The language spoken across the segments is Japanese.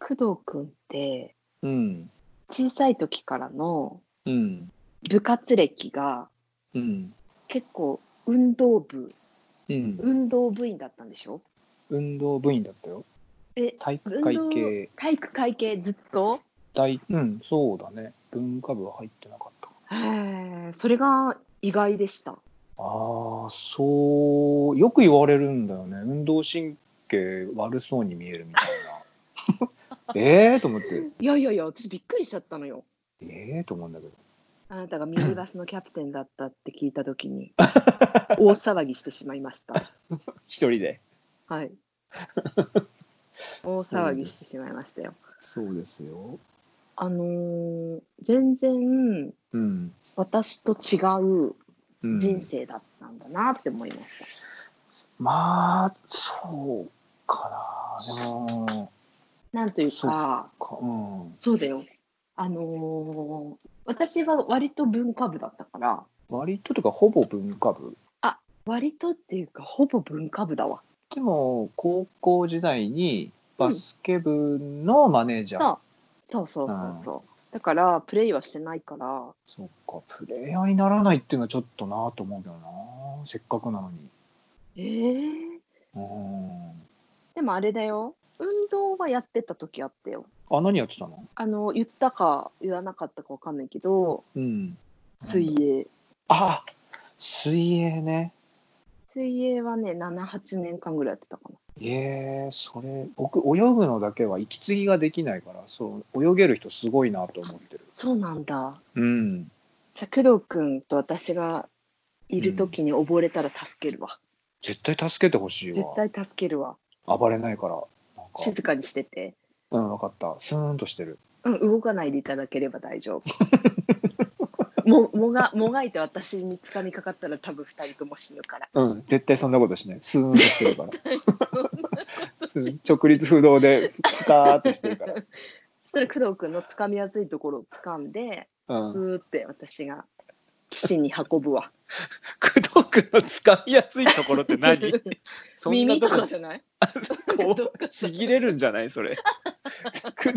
工藤君ってうん小さい時からのうん部活歴がうん結構運動部うん運動部員だったんでしょ運動部員だったよえ体育会系体育会系ずっと大うんそうだね文化部は入ってなかったかへえそれが意外でしたああそうよく言われるんだよね運動神経悪そうに見えるみたい なええと思っていやいやいや私びっくりしちゃったのよええと思うんだけどあなたがミニバスのキャプテンだったって聞いた時 に大騒ぎしてしまいました一人ではい 大騒ぎしてしまいましたよそうですよあのー全然うん、私と違ううん、人生だったんだなって思いました、まあそうかなでもなんというかかうんそうだよあのー私は割と文化部だったから割とというかほぼ文化部割とっていうかほぼ文化部だわでも高校時代にバスケ部のマネージャー、そうそうそうそうそうだからプレイはしてないからそうかプレイヤーにならないっていうのはちょっとなと思うけどなせっかくなのにえー、うんでもあれだよ運動はやってた時あったよあ何やってたのあの言ったか言わなかったかわかんないけどうん水泳あ水泳ね水泳はね78年間ぐらいやってたかなええそれ僕泳ぐのだけは息継ぎができないからそう泳げる人すごいなと思ってるそうなんだうんじゃあ工藤君と私がいる時に溺れたら助けるわ、絶対助けてほしい絶わ対助けるわ暴れないからなんか静かにしててうん分かったスーンとしてるうん動かないでいただければ大丈夫ももがもがいて私につかみかかったら多分2人とも死ぬからうん絶対そんなことしないスーンとしてるから うん直立不動でスカーッとしてるからそしたら工藤君のつかみやすいところをつかんでうんふーって私が岸に運ぶわ。工藤君の掴みやすいところって 何そんな耳ととこかじゃない こうちぎれるんじゃないそ れ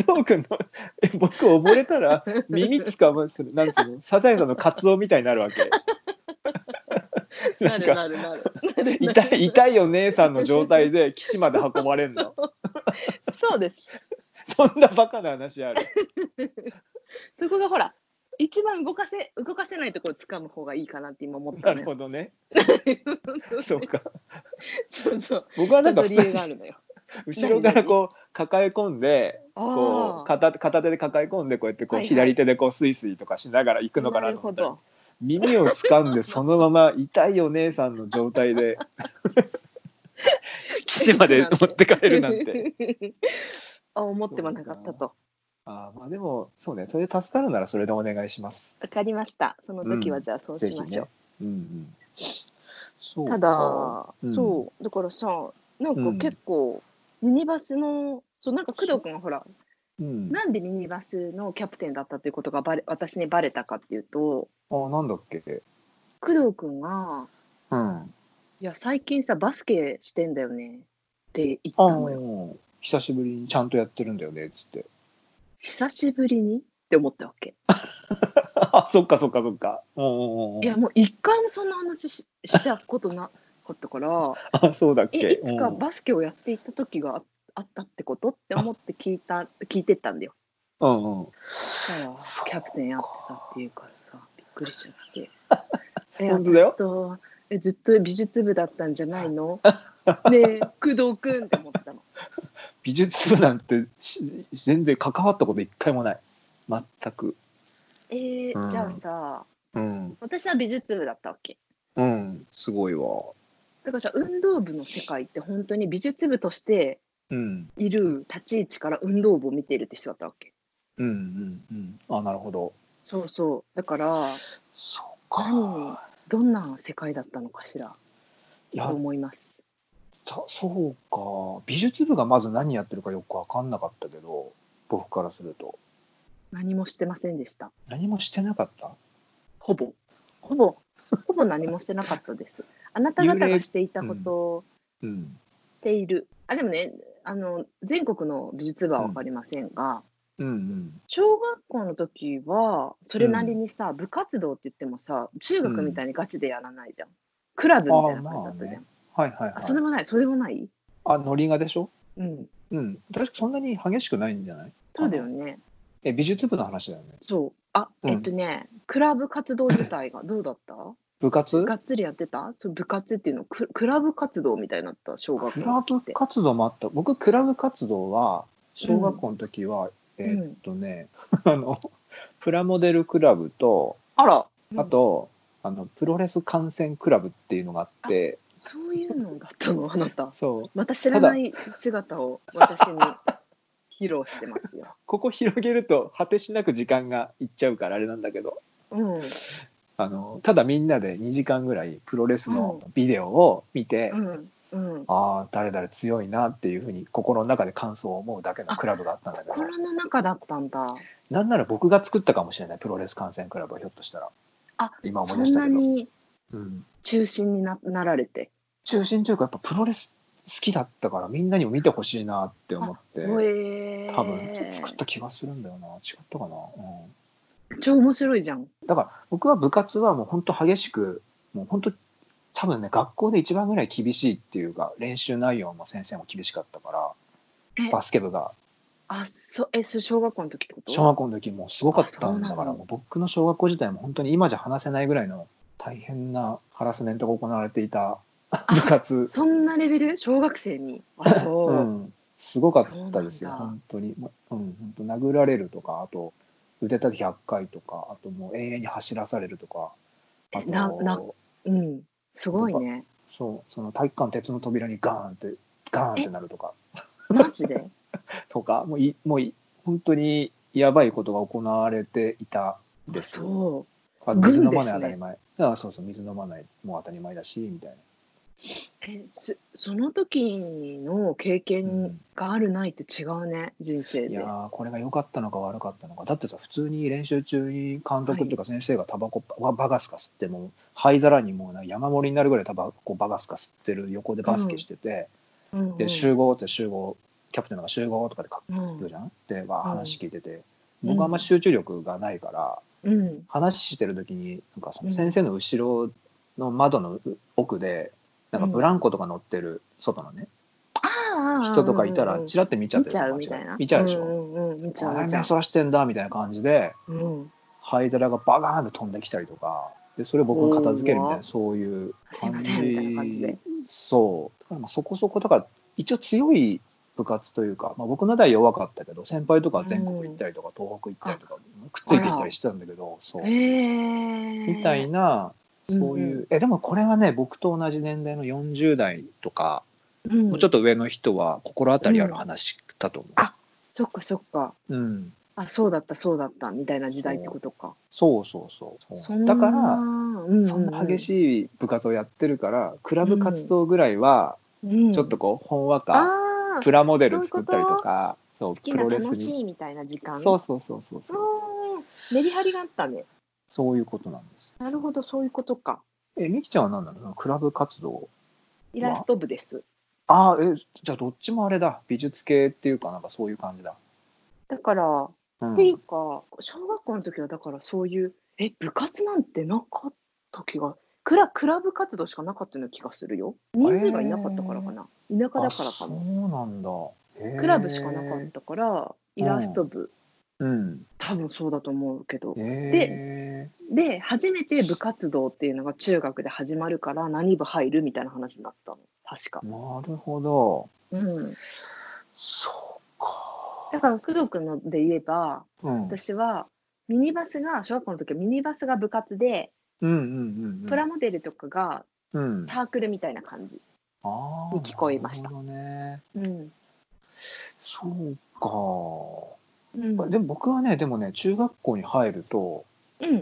工藤君のえ僕溺れたら耳掴むそれなんつうのサザエさんのカツオみたいになるわけななんるかなるなるなるなる。痛い痛いお姉さんの状態で岸まで運ばれるのそうです。そんなバカな話あるそこがほら、一番動かせ動かせないところ掴む方がいいかなって今思ったのなるよ。ほどねそそううかそう。僕はちょなっんかと普理通由にがあるのよ。後ろからこう抱え込んでこあうあ。片片手で抱え込んでこうやってこうはいはい左手でこうスイスイとかしながら行くのかななると思ほったらど。耳を掴んでそのまま痛いお姉さんの状 態で岸まで持ってかれるな んて。あ思ってもなかったと。あーまあでもそうねそれで助かるならそれでお願いしますわかりました。その時うはんじゃあそうぜしひましょうね。うんうんそうかただ、うんそうだからさなんうかん結構、ミニバスのそうなんか工藤君がほらうん、なんでミニバスのキャプテンだったっていうことがバレ私にバレたかっていうとあなんだっけ工藤君がうん「いや最近さバスケしてんだよね」って言ったあのよー久しぶりにちゃんとやってるんだよねっつって 久しぶりにって思ったわけあそっかそっかそっかうんうんうんいやもう一回もそんな話ししたことなかった からあそうだっけえいつかうんバスケをやっていた時がああったってことって思って聞いた聞いてったんだようんうんからそうキャプテンやってたっていうからさびっくりしちゃって え本当だよ私とえずっと美術部だったんじゃない のねえ工藤君って思ったの美術部なんてし全然関わったこと一回もない全くえーうんじゃあさうん私は美術部だったわけうんすごいわだからさ運動部の世界って本当に美術部としてうんいる立ち位置から運動部を見ているって人だったわけうんうんうんあなるほどそうそうだからそう何どんな世界だったのかしらいとや思いますたそうか美術部がまず何やってるかよく分かんなかったけど僕からすると何もしてませんでした何もしてなかったほぼ。ほぼ、ほぼ何もしてなかったです。あなた方がしていたことをうんしている。あ、でもね、あの全国の美術部は分かりませんが、うんうん小学校の時はそれなりにさ、部活動って言ってもさ中学みたいにガチでやらないじゃん、クラブみたいな感じだったじゃん、はいはいあそれはいもないそれもないあノリがでしょうんうん確かそんなに激しくないんじゃないそうだよねえ美術部の話だよねそうあ、うんえっとねクラブ活動自体がどうだった部活がっつりやってたそう部活っていうのククラブ活動みたいになった小学校クラブ活動もあった僕クラブ活動は小学校の時は、んえーっとね、 あのプラモデルクラブとあらあと、あのプロレス観戦クラブっていうのがあってそういうのだった のあなたそうまた知らない姿を私に披露してますよここ広げると果てしなく時間がいっちゃうからあれなんだけどうんあのただみんなで2時間ぐらいプロレスのビデオを見て、うんうんああ誰々強いなっていうふうに心の中で感想を思うだけのクラブがあったんだけど心の中だったんだなんなら僕が作ったかもしれないプロレス観戦クラブはひょっとしたらあ今思そい出んしたなけど。にうん中心にななられて中心というかやっぱプロレス好きだったからみんなにも見てほしいなって思ってほえー多分作った気がするんだよな違ったかな、う超面白いじゃんん、だから僕は部活はもう本当激しくもう本当多分ね学校で一番ぐらい厳しいっていうか練習内容も先生も厳しかったからえバスケ部があそえそれ小学校の時ってこと小学校の時もうすごかったんだかあそうならのもう僕の小学校時代も本当に今じゃ話せないぐらいの大変なハラスメントが行われていた部活そんなレベル小学生にあそうう、ん、すごかったですよ、そうなんだ本当に。もううん、本当殴られるとか、あと、腕立て100回とか、あともう永遠に走らされるとか、あえななと、うんすごいねそう、その体育館鉄の扉にガーンって、ガーンってなるとか、マジでとか、もうい、もうい、本当にやばいことが行われていたんですよ。そあ水飲ま軍なですねい当たり前。あそうそう、水飲まないもう当たり前だし、みたいうな。えそその時の経験があるないって違うね人生いでやーこれが良かったのか悪かったのかだってさ普通に練習中に監督とか先生がタバコばバガスカ吸ってもう灰皿にもうな山盛りになるぐらいタバコバガスカ吸ってる横でバスケしてて、うんうんで集合って集合キャプテンのが集合とかで書うんくじゃんでわーうん話聞いてて、うん僕あんま集中力がないかうらん話してる時になんかその先生の後ろの窓の奥でなんかブランコとか乗ってる外のね、あー人とかいたらうんうんチラって見ちゃっ見てちゃうみたいな見ちゃうでしょ。うんうんうん見ちゃうあ見れちゃ目うそらしてんだみたいな感じでうん灰皿がバカーンって飛んできたりとかでそれを僕が片付けるみたいおーなそういうすいま感せんみたいな感じじでそうだからまあそこそこだから一応強い部活というか、まあ、僕の代弱かったけど先輩とかは全国行ったりとか東北行ったりとかくっついて行ったりしてたんだけどそうえー、みたいなそういう、うんうえでもこれはね僕と同じ年代の40代とか、うん、もうちょっとと上の人は心当たりある話だと思う。あそっかそっかうんあそうだったそうだったみたいな時代ってことかそうそうそうそんなだかららそんな激い、しい部活をやってるからクラブ活動ぐらいはうんちょっとこうほんわかあープラモデル作ったりとかそう好きプなロレ楽スしにいみたいな時間そううそうそうそうそうそうメリハリがあったねそういうことなんですなるほどそういうことかえみきちゃんは何なのクラブ活動イラスト部ですああえじゃあどっちもあれだ美術系っていうかなんかそういう感じだ、だから、う、っていうんか小学校の時はだからそういうえ部活なんてなかった気がクラクラブ活動しかなかったような気がするよ人数がいなかったからかな、田舎だからかあそもうなんだへークラブしかなかったからイラスト部、うん多分そうだと思うけどでで初めて部活動っていうのが中学で始まるから何部入るみたいな話になったの確か、なるほどうん、そうかだから工藤君ので言えばうん私はミニバスが小学校の時はミニバスが部活でうんうんうんうんプラモデルとかがうん、サークルみたいな感じ、あーに聞こえましたなるほどね、うんそうか、うんでも僕はねでもね中学校に入るとうん、っ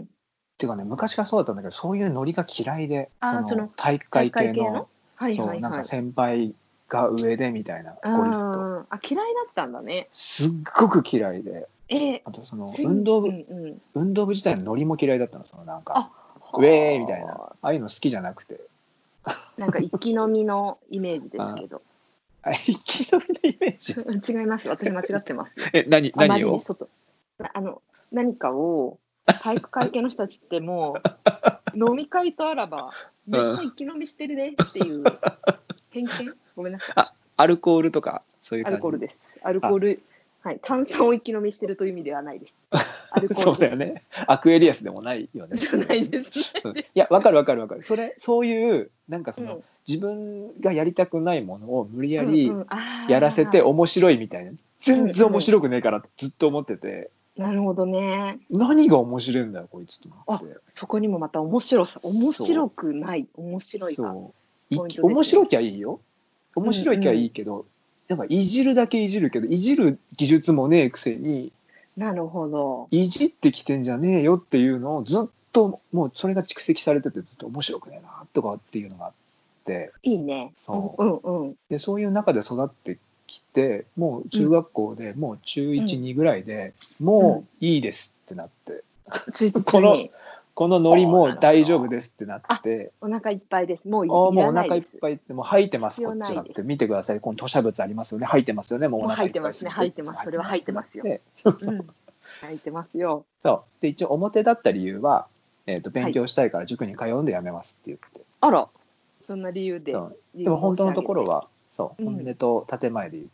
ていうかね昔からそうだったんだけどそういうノリが嫌いであーその体育会体系の育会系のはいそう、はいなんはかい先輩が上でみたいなあゴリッとーあ嫌いだったんだねすっごく嫌いでえーあとそのせん運動う部、んうん、運動部自体のノリも嫌いだったのそのなんかはウェーイみたいなああいうの好きじゃなくてなんか一気飲みのイメージですけどあ生き延びのイメー ジ違います。私間違ってます。え何あま何りにを外なあの何かを体育会系の人たちってもう 飲み会とあらばめっちゃ生き延びしてるねって いう偏見ごめんなさいアルコールとかそういうア感じルコールですアルコールはい炭酸を生き延びしてるという意味ではない ですアルコールそうだよねアクエリアスでもないよねじゃないですねうんいやわかるわかるわかるそれそういうなんかその、うん自分がやりたくないものを無理やりうんうんあーやらせて面白いみたいな、全然面白くねえからずっと思ってて、なるほどね何が面白いんだよこいつと思ってそこにもまた面白さそう面白くない面白いがそういポイントですね面白きゃいいよ面白いきゃいいけど、なんかいじるだけいじるけどいじる技術もねえくせになるほどいじってきてんじゃねえよっていうのをずっともうそれが蓄積されててずっと面白くねえなとかっていうのがあっていいねそううんうんでそういう中で育ってきてもう中学校で、もう中うん12ぐらいで、もういいですってなってついついこのにこのノリそうなもんだ大丈夫ですってなってお腹いっぱいですもういああーもうらおない腹いっですぱいってもう吐いてます必こ要っないちがって見てくださいこの吐砂物ありますよね吐いてますよねもうお腹っぱいもう吐いてますね吐いてますそれはでうん泣いてますよ。そうで一応表だった理由は、えー、と勉強したいから塾に通うんでやめますって言って、あら、そんな理由で。そうでも本当のところ。はそううん本音と建前で言う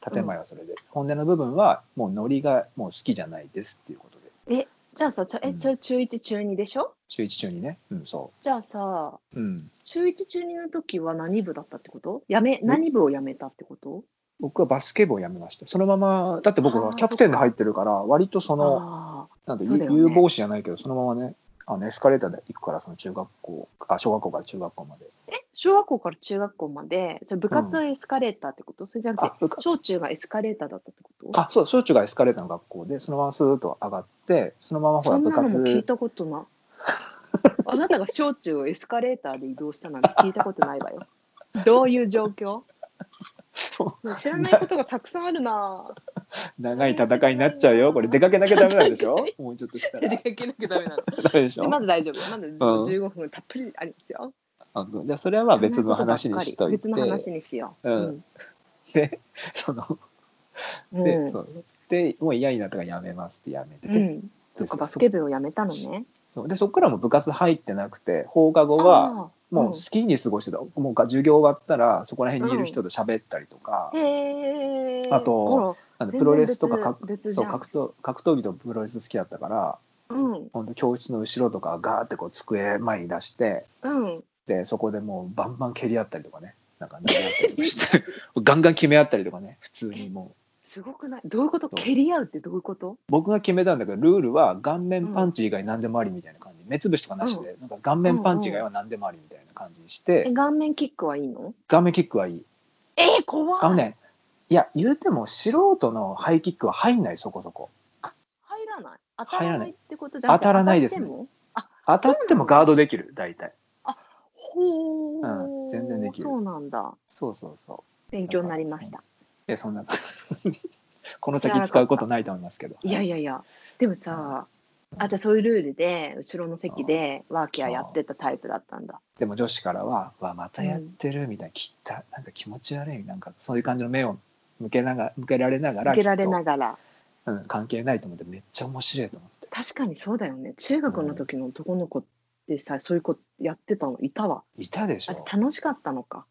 と建前はそれで、本音の部分はもうノリがもう好きじゃないですっていうことでじゃあさ、ちょえ、ちょ中一中二でしょ？中1中2ねうんそじゃあさ、ううん中一中二の時は何部だったってこと？やめ何部をやめたってこと？僕はバスケ部をやめましたそのままだって僕はキャプテンで入ってるから割とそのあなんてそうだよね有望視じゃないけどそのままねあのエスカレーターで行くからその中学校あ小学校から中学校まであ、小学校から中学校まで、それ部活はエスカレーターってこと？それじゃなくあて部活小中がエスカレーターだったってこと？あそう小中がエスカレーターの学校でそのままスーッと上がってそのままほそらん部なのも聞い活たこと ない。あなたが小中をエスカレーターで移動したなんて聞いたことないわよ。どういう状況そ知らないことがたくさんあるなぁ。長い戦いになっちゃうよこれ出かけなきゃダメなんでし ょもうちょっとしたら出かダけなきゃダメなの。 メでしでょまず大丈夫。まだ15分たっぷりありますよ。あそうじゃあそれはまあ別の話にしとい別ての話にしよう。うんで そのうん。で,、うんそうでもう嫌になったからやめますってやめて、うん。そっでか、バスケ部をやめたのね。そうでそっからも部活入ってなくて放課後はああもう好きに過ごしてた、もうが授業終わったらそこら辺にいる人と喋ったりとか、うんへえ。あとあのプロレスとか格別別じそゃうん格闘格闘技とプロレス好きだったからうん。ほんと教室の後ろとかガーってこう机前に出してうん。でそこでもうバンバン蹴り合ったりとかねなんか殴り合ったりとか してガンガン決め合ったりとかね普通にもうすごくないどういうことそう蹴り合うってどういうこと僕が決めたんだけどルールは顔面パンチ以外何でもありみたいな感じ、目つぶしとかなしで、なんか顔面パンチ以外は何でもありみたいな感じにして、え顔面キックはいいの顔面キックはいいえー、怖いあのね、いや、言うても素人のハイキックは入んない、そこそこ。入らない当た入ららなないいってことじゃなくて当たらないですね当たっても当たってもガードできる、大体。ほう、うん全然できるそうなんだそうそうそう。勉強になりましたえ、そんな感じ。この先使うことないと思いますけど。いやいや。やいやでもさあじゃあそういうルールで後ろの席でワーキャーやってたタイプだったんだでも女子からは、わ、またやってるみたいな、きった、なんか気持ち悪い、なんかそういう感じの目を向けながら、向けられながら、受けられなきっがらとうん、関係ないと思って、めっちゃ面白いと思って。確かにそうだよね中学の時の男の子ってさそういう子やってたのいたわいたでしあょ。れめ楽しかったのか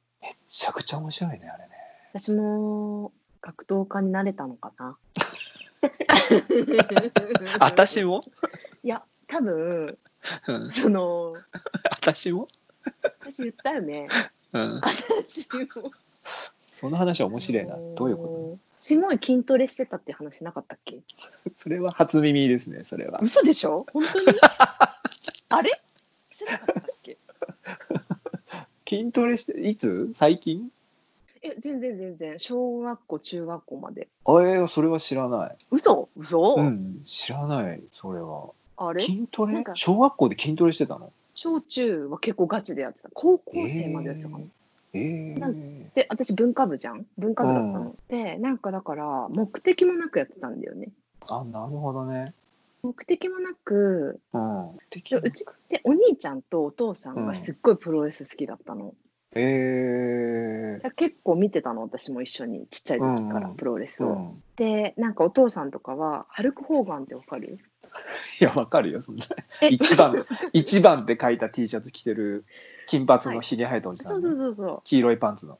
ちゃくちゃ面白いね、 あれね。私も格闘家になれたのか なもいや多分うんその私も私言ったよねうん。私もその話は面白いな。どういうこととすごい筋トレしてたって話なかったっけそれは初耳ですね、それは。嘘でしょ本 当にあれしてなかったっけ筋トレして、いつ最近え全然全然小学校中学校まであえーそれは知らない。嘘嘘、うん、知らない、それは。あれ筋トなんレか小学校で筋トレしてたの小中は結構ガチでやってた高校え生までやってたかな、えーなんで私文化部じゃん文化部だったの、でなんかだから目的もなくやってたんだよねあ、なるほどね。目的もなくうん。ちょうちってお兄ちゃんとお父さんがすっごいプロレス好きだったの、えー。結構見てたの私も一緒にちっちゃい時からうんプロレスうを、ん。でなんかお父さんとかはハルク・ホーガンってわかるいや、わかるよ、そんな。え一番、一番って書いた T シャツ着てる、金髪のひげ生えたおじさそんうそね、うそうそう黄色いパンツの。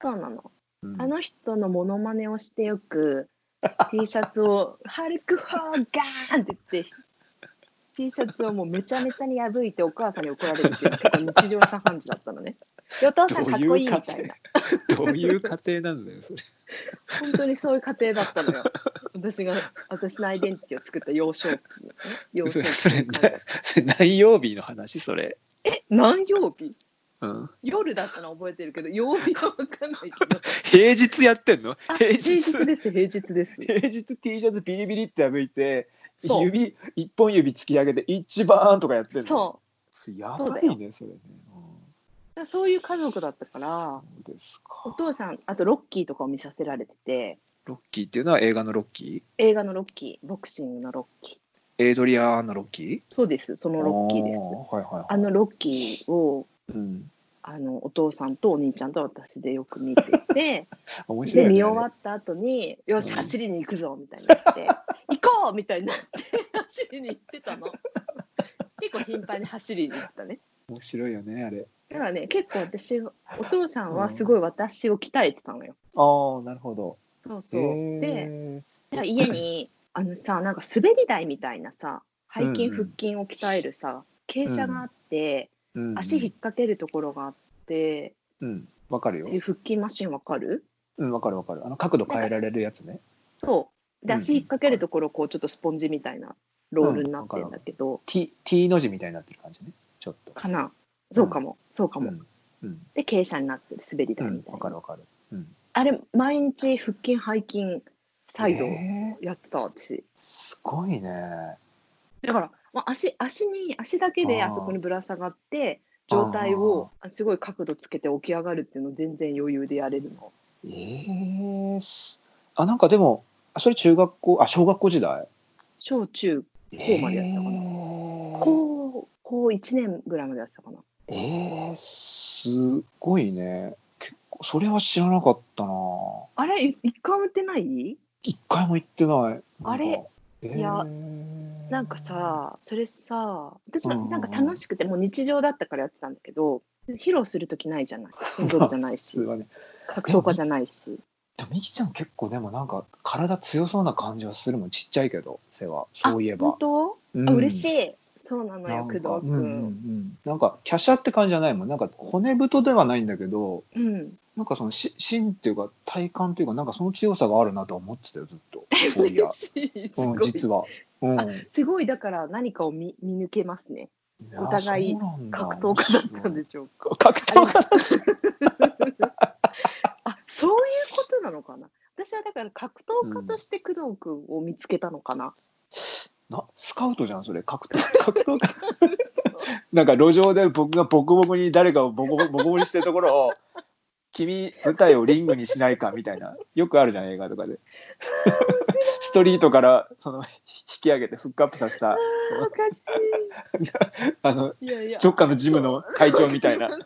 そうなの、うんあの人のモノマネをしてよ く T シャツを「ハルク・ホーガン!」って言って T シャツをもうめちゃめちゃに破いてお母さんに怒られるっていう結構日常茶飯事だったのねでお父さんかっこいいみたいな どういう家庭なんだよ、それ。本当にそういう家庭だったのよ。私が私のアイデンティティを作った幼少期のね。幼そ少れ、期それの感じ、それ何曜日の話、それ。え、何曜日うん。夜だったのは覚えてるけど、曜 日は分かんないけど。平日やってんのあ平日平日です、平日 です。平日 T シャツビリビリって破いてそう指一本指突き上げて一番とかやってんのそうやそうばだいよねそれね、う。そういう家族だったかうん、ら、そうですおか父さん、あとロッキーとかを見させられてて、ロッキーっていうのは映画のロッキ映画のロッキー、ボクシングのロッキー。ーエイドリアンのロッキそうです、そーのロッキーです。あはいはいあのロッキーを、うん、あのお父さんとお兄ちゃんと私でよく見ていて、 面白でい、ね、見終わった後に「よしうん走りに行くぞ」みたいになって「行こう!」みたいになって 走りに行ってたの結構頻繁に走りに行ったね面白いよねあれだからね結構私お父さんはすごい私を鍛えてたのよああなるほどそうそう、でへなんか家 にあのさなんか滑り台みたいなさ背筋うんう腹ん筋を鍛えるさ傾斜があって、え、うん、足引っ掛けるところがあってうんわかるよっていう腹筋マシンわかるうんわかるわかるあの角度変えられるやつねそうでうんうん足引っ掛けるところこうちょっとスポンジみたいなロールになってるんだけど、 T, T の字みたいになってる感じねちょっとかなそうかも、そうかも、うんうんで傾斜になってる滑りう台みんたいわな、かるわかるうんあれ毎日腹筋背筋サイドえーやってた私すごいね。だから、まあ、足足に足だけであーあそこにぶら下がって状態をあすごい角度つけて起き上がるっていうのを全然余裕でやれるのえー、すあなんかでもあそれ中学校あ小学校時代小中高までやったかなな。高高1年ぐらいまでやってたかなえー、えーすごいね。結構それは知らなかったな。あれい一回もやってない一回も行ってない。なんかあれ、えいやーなんか、さそれさ私うんうんうもんなんか楽しくてもう日常だったからやってたんだけど披露する時ないじゃない 運動部じゃない普通しはね。格闘家じゃないしでもみきちゃん結構でもなんか体強そうな感じはするもんちっちゃいけど背はそういえあば本。当、うんあ嬉しいそうなのなよん工か藤う君んうんうん、なんか華奢って感じじゃないもんなんか骨太ではないんだけどうん、なんかそのし芯っていうか体幹っていうかなんかその強さがあるなとは思ってたよずっ とそういや、嬉しいすうん、ごい実は、うん、あすごいだから何かを見見抜けますねやお互いそうなんだ格闘家だったんでしょうか格闘家あそういうことなのかな私はだから格闘家として工藤君を見つけたのかな、なスカウトじゃんそれ格闘 格闘家なんか路上で僕がボコボコに誰かをボコボコボコボコにしてるところを君舞台をリングにしないかみたいなよくあるじゃん映画とかでストリートからその引き上げてフックアップさせたあーおかしあのいいやいやどっかのジムの会長みたいな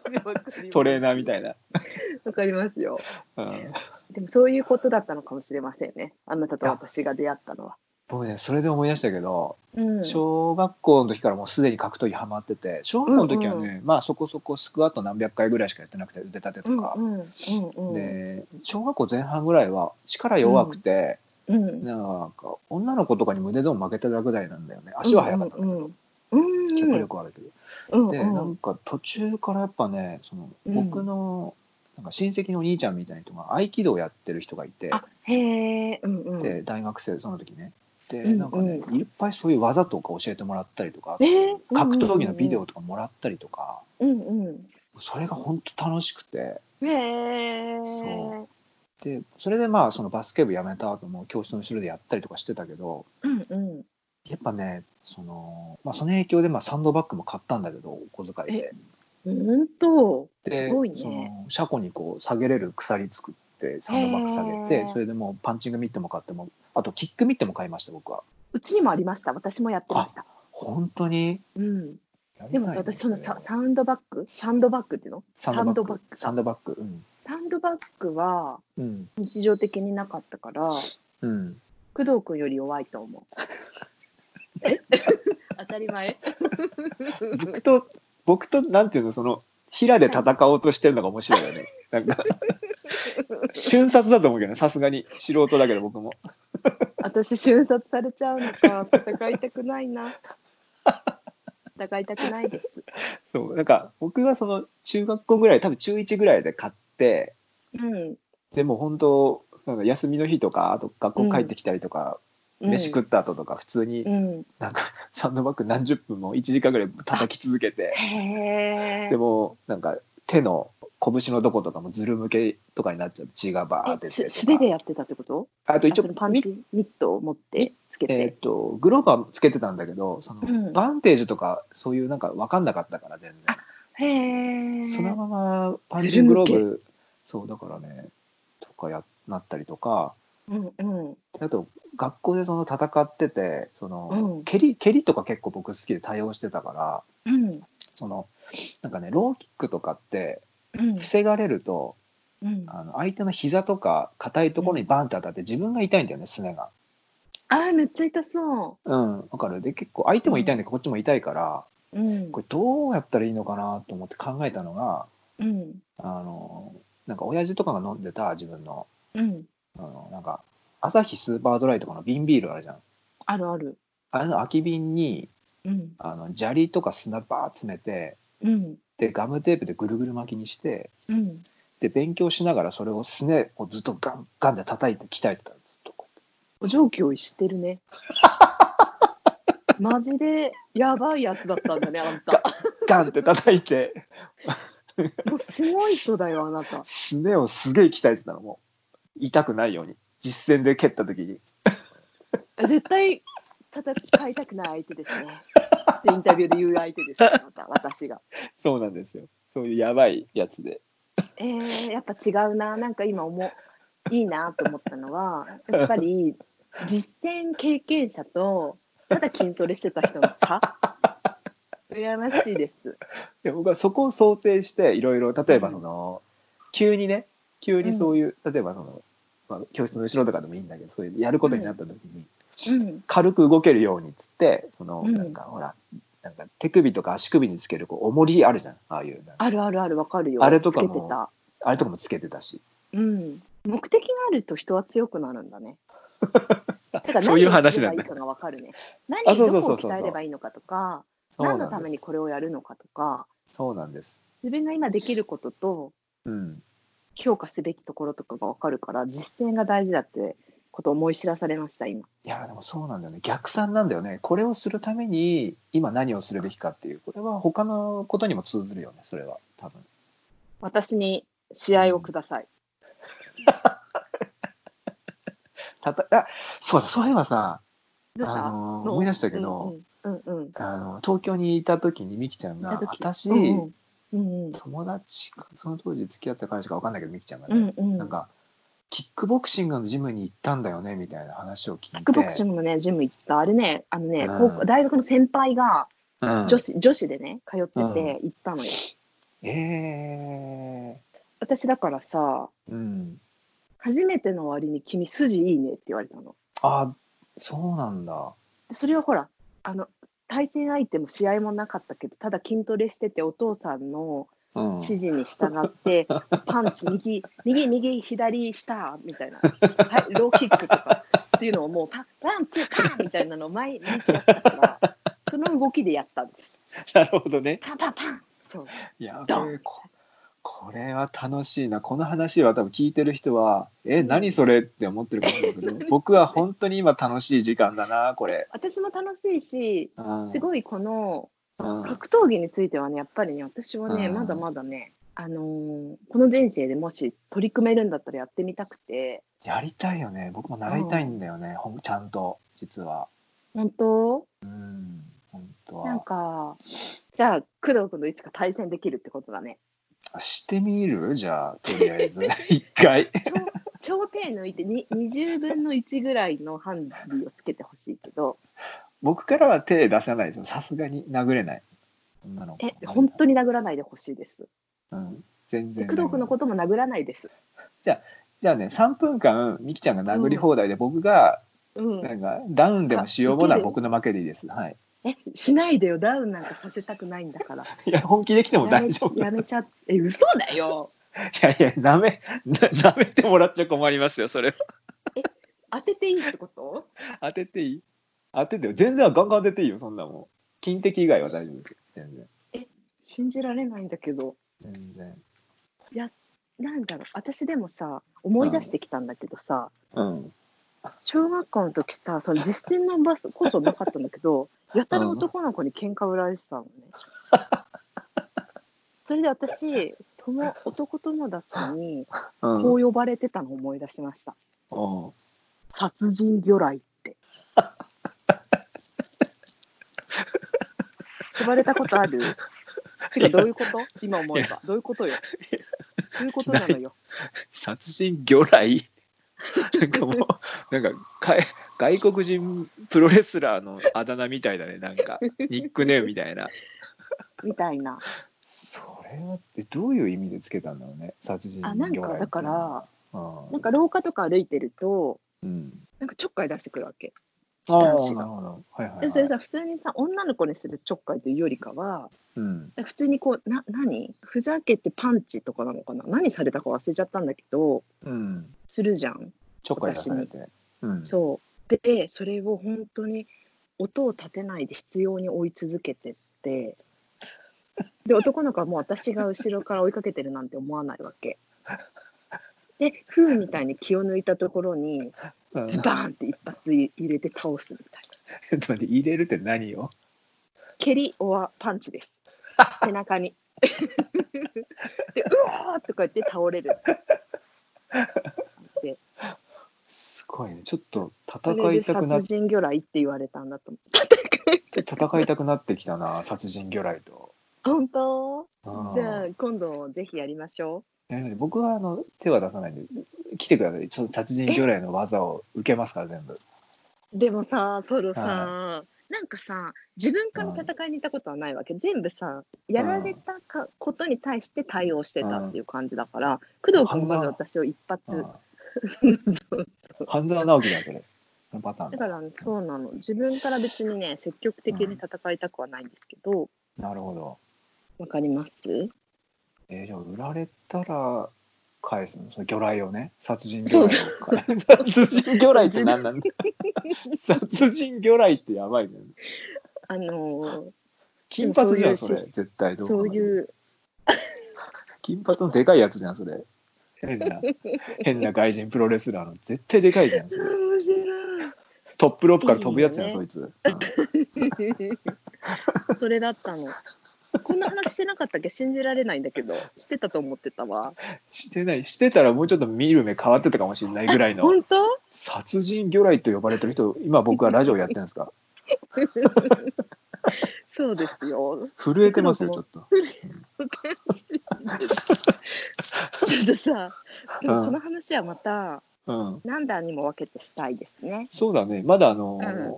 トレーナーみいたいな、なわかりますようん、でもそういうことだったのかもしれませんねあなたと私が出会ったのは、僕ねそれで思い出したけどうん、小学校の時からもうすでに格闘技ハマってて小学校の時はね、うんまあそこそこスクワット何百回ぐらいしかやってなくて腕立てとか、うんうんうんうん、で小学校前半ぐらいは力弱くて、うん、なんか女の子とかに胸でも負けてたぐらいなんだよね足は速かったんだけど、うんうんうん、脚力はあるけど、うんでなんか途中からやっぱねそのうん僕のなんか親戚のお兄ちゃんみたいな人が合気道やってる人がいて、あへえ、うんうん。で大学生その時ねでうんなんかね、いっぱいそういう技とか教えてもらったりとかえー格闘技のビデオ。とかもらったりとか、うんうんそれが本当楽しくてうん。へえ。そでそれでまあそのバスケ部やめた後も教室の後ろでやったりとかしてたけどうんうん。やっぱねその,、まあ、その影響でまあサンドバッグも買ったんだけどお小遣いで。本当。ですごいねその車庫にこう下げれる鎖作ってサンドバッグ下げへてーそれでもうパンチングミットも買ってもあとキックミットも買いました僕は。うちにもありました。私もやってました。本当にうん。やりたいでもなさ私そのササウンドバッグサンドバッグっていうのサンドバッグササンンドバッグうんサンドバッグはうん日常的になかったからうん工藤君より弱いと思う。え 当たり前僕と僕となんていうのその平で戦おうとしてるのが面白いよねな んか瞬殺だと思うけどねさすがに素人だけど僕も私瞬殺されちゃうのか戦いたくないな戦いたくないです、そうなんか僕はその中学校ぐらい多分中1ぐらいで買ってうんでも本当なんか休みの日とかあと学校帰ってきたりとか、うん、飯食った後とか普通にうんなんか サンドバッグ何十分も1時間ぐらい叩き続けてへえでもなんか手の拳のどことかもずるむけとかになっちゃって血がバーってえ出てすと素手かでやってたってことあと一あそ応のパンみチミットを持ってつけて、えっとグローバーつけてたんだけどその、うんバンテージとかそういうなんか分かんなかったから全へ然えそのままパンチンググローブそうだからねとかやなったりとかうんうんあと学校でその戦っててその、うん蹴り蹴りとか結構僕好きで対応してたからうんそのなんかねローキックとかってうん防がれると、うんあの相手の膝とか硬いところにバンって当たって自分が痛いんだよねすねが。あーめっちゃ痛そうん、わかるで結構相手も痛いんだけどこっちも痛いからううんこれどうやったらいいのかなと思って考えたのがうんあのなんか親父とかが飲んでた自分のうんあのなんか朝日スーパードライとかの瓶ビールあるじゃんあるあるあれの空き瓶にうんあの砂利とか砂バー詰めてうんでガムテープでぐるぐる巻きにしてうんで勉強しながらそれをすねをずっとガンガンで叩いて鍛えてたずっとこうお上気を逸してる ねマジでやばいやつだったんだねあんたガンって叩いてもうすごい人だよあなたすねをすげえ鍛えてたのもう痛くないように実戦で蹴った時に絶対戦いたくない相手ですねってインタビューで言う相手ですよあなた私がそうなんですよそういうやばいやつでえー、やっぱ違うななんか今思ういいなと思ったのはやっぱり実践経験者とただ筋トレしてた人の差羨ましいです。で僕はそこを想定していろいろ例えばその、急にね急にそういう、例えばその、まあ、教室の後ろとかでもいいんだけどそういうやることになった時に、うん軽く動けるようにっつってその、うんなんかほらなんか手首とか足首につけるこう重りあるじゃんああいうなんかあるあるあるわかるよ。あれとかもつけてた。あれとかもつけてたしうん。目的があると人は強くなるん だね。だからそういう話なん何だをすればいいかがわかるね。あ何どそうそうこそうをそう鍛えればいいのかとか、そう何のなたんでめにすこれをやるのかとか、そうなんです自分が今できることとうん評価すべきところとかがわかるから、実践が大事だってことを思い知らされました今。いやでもそうなんだよね逆算なんだよねこれをするために今何をするべきかっていうこれは他のことにも通ずるよねそれは多分私に試合をください。たたあそうだそういえばさどうした？あのーどう思い出したけど、うんうんうんうん。あの東京にいた時にみきちゃんいがた時私、うんうんうん友達かその当時付き合ってた彼氏か分かんないけどみきちゃんがうね、んうん。なんかキックボクシングのジムに行ったんだよねみたいな話を聞いてキックボクシングのね、ジム行った、あれね、あのね、うん高校大学の先輩がうん女子,、女子でね、通っててうん行ったのよ。え私だからさ、ー、うん初めての割に君、筋いいねって言われたの。あそうなんだでそれはほら、あの対戦相手も試合もなかったけど、ただ筋トレしてて、お父さんのうん指示に従って、 パンチ、右、右、右、左、下みたいな、はい、ローキックとかっていうのをもうパン、パン、ツー、パンみたいなのを毎日やってたから、その動きでやったんです。なるほどねパンパンパンそうやべドえンここれは楽しいなこの話は多分聞いてる人はえ何それって思ってるかもしれ ないけど僕は本当に今楽しい時間だなこれ私も楽しいし、うんすごいこのうん格闘技についてはね、やっぱりね、私はね、うんまだまだね、あのーこの人生でもし取り組めるんだったらやってみたくて、やりたいよね僕も習いたいんだよね、ほんちゃんと実は本当、うん本当なんはか、じゃあ、工藤君といつか対戦できるってことだね。してみるじゃあとりあえず 一回超低抜いてに20分の1ぐらいのハンディをつけてほしいけど、僕からは手出さないですよさすがに殴れないそんなのえ、本当に殴らないでほしいです。うん、全然工藤君のことも殴らないです。じゃあね3分間みきちゃんが殴り放題で僕が、うん。なんかダウンでもしようもならあ受僕の負けでいいですはいえ、しないでよ。ダウンなんかさせたくないんだから。いや本気できてもや大め丈夫いやめちゃえ、嘘だよ。やいやなめなめてもらっちゃ困りますよそれ当てていいってこと当てていい当ててよ全然ガンガン当てていいよそんなもん金的以外は大丈夫ですよ全然信じられないんだけど。全然なんだろう。私でもさ、思い出してきたんだけどさ、うん小学校の時さ、その実践のバスこそなかったんだけど、やたら男の子に喧嘩売られてたのね。それで私、友男友達にうんこう呼ばれてたのを思い出しました。うん殺人魚雷って。呼ばれたことあるてかどういうこと今思えば。どういうことよ。どういうことなのよ。殺人魚 雷なんかもうなんかかえ外国人プロレスラーのあだ名みたいだねなんかニックネームみたいなみたいな。それはえどういう意味でつけたんだろうね殺人魚あ、なん雷かだから、うんなんか廊下とか歩いてると、うんなんかちょっかい出してくるわけ。ああなる男ほ子がどはいはい、はい、でもそれさ、普通にさ、女の子にするちょっかいというよりかは、うん普通にこう、な、何ふざけてパンチとかなのかな何されたか忘れちゃったんだけど、うんするじゃん。ちょっかい出されてうんそうでそれを本当に音を立てないで執拗に追い続けてってで男の子はもう私が後ろから追いかけてるなんて思わないわけ。でフーみたいに気を抜いたところに うんズバーンって一発入れて倒すみたいなちょっと待って入れるって何よ蹴りオアパンチ です背中にでうわーってこうやって倒れるすごいねちょっとそ戦れでいたくなっ殺人魚雷って言われたんだと思う 戦いたくなってきたな殺人魚雷と。本当うんじゃあ今度ぜひやりましょ大丈夫です僕はあの手は出さないんで来てくださいちょっと殺人魚雷の技を受けますから全部う。でもさ、そのはさ、なんかさ、自分から戦いに行ったことはないわけ。全部さ、やられたかことに対して対応してたっていう感じだから、工藤君まで私を一発。うんそう半沢直樹だよそれそのパターンだから、そうなの。自分から別にね、積極的に戦いたくはないんですけど、なるほどわかりますえーじゃあ売られたら返すのその魚雷をね殺人そ魚う雷そう。を 殺人魚雷って何 なんだ殺人魚雷ってやばいじゃんあの金髪じゃんでもそそういうれ絶対ー、どうそういうう、金髪のでかいやつじゃんそれ変な変な外人プロレスラーの絶対でかいじゃんそれ面白い。トップロープから飛ぶやつやいんいそよいつ、うんそれだったの。こんな話してなかったっけ信じられないんだけど、してたと思ってたわ。してないしてたらもうちょっと見る目変わってたかもしれないぐらいの本当殺人魚雷と呼ばれてる人今僕はラジオやってるんで すかそうですよ。震えてますよちょっとちょっとさ、でうもんこの話はまたうん何段にも分けてしたいですね。そうだねまだあの、うん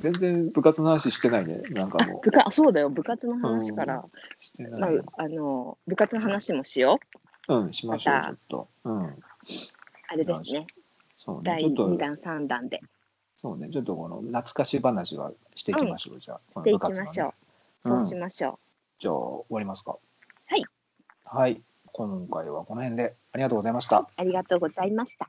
全然部活の話してないねなんかあもう部活そうだよ、部活の話から、してまなあい、あの、部活の話もしよう。うんしましょうまちたょっとうんあれですね、そうね第ちょっ2と弾、3弾で。そうねちょっとこの懐かし話はしていきましょう、じゃあこしのてい部き活のまねしょう。うそんうしましょじゃあ終わりますかはいはい今回はこの辺でありがとうございましたう。ありがとうございました。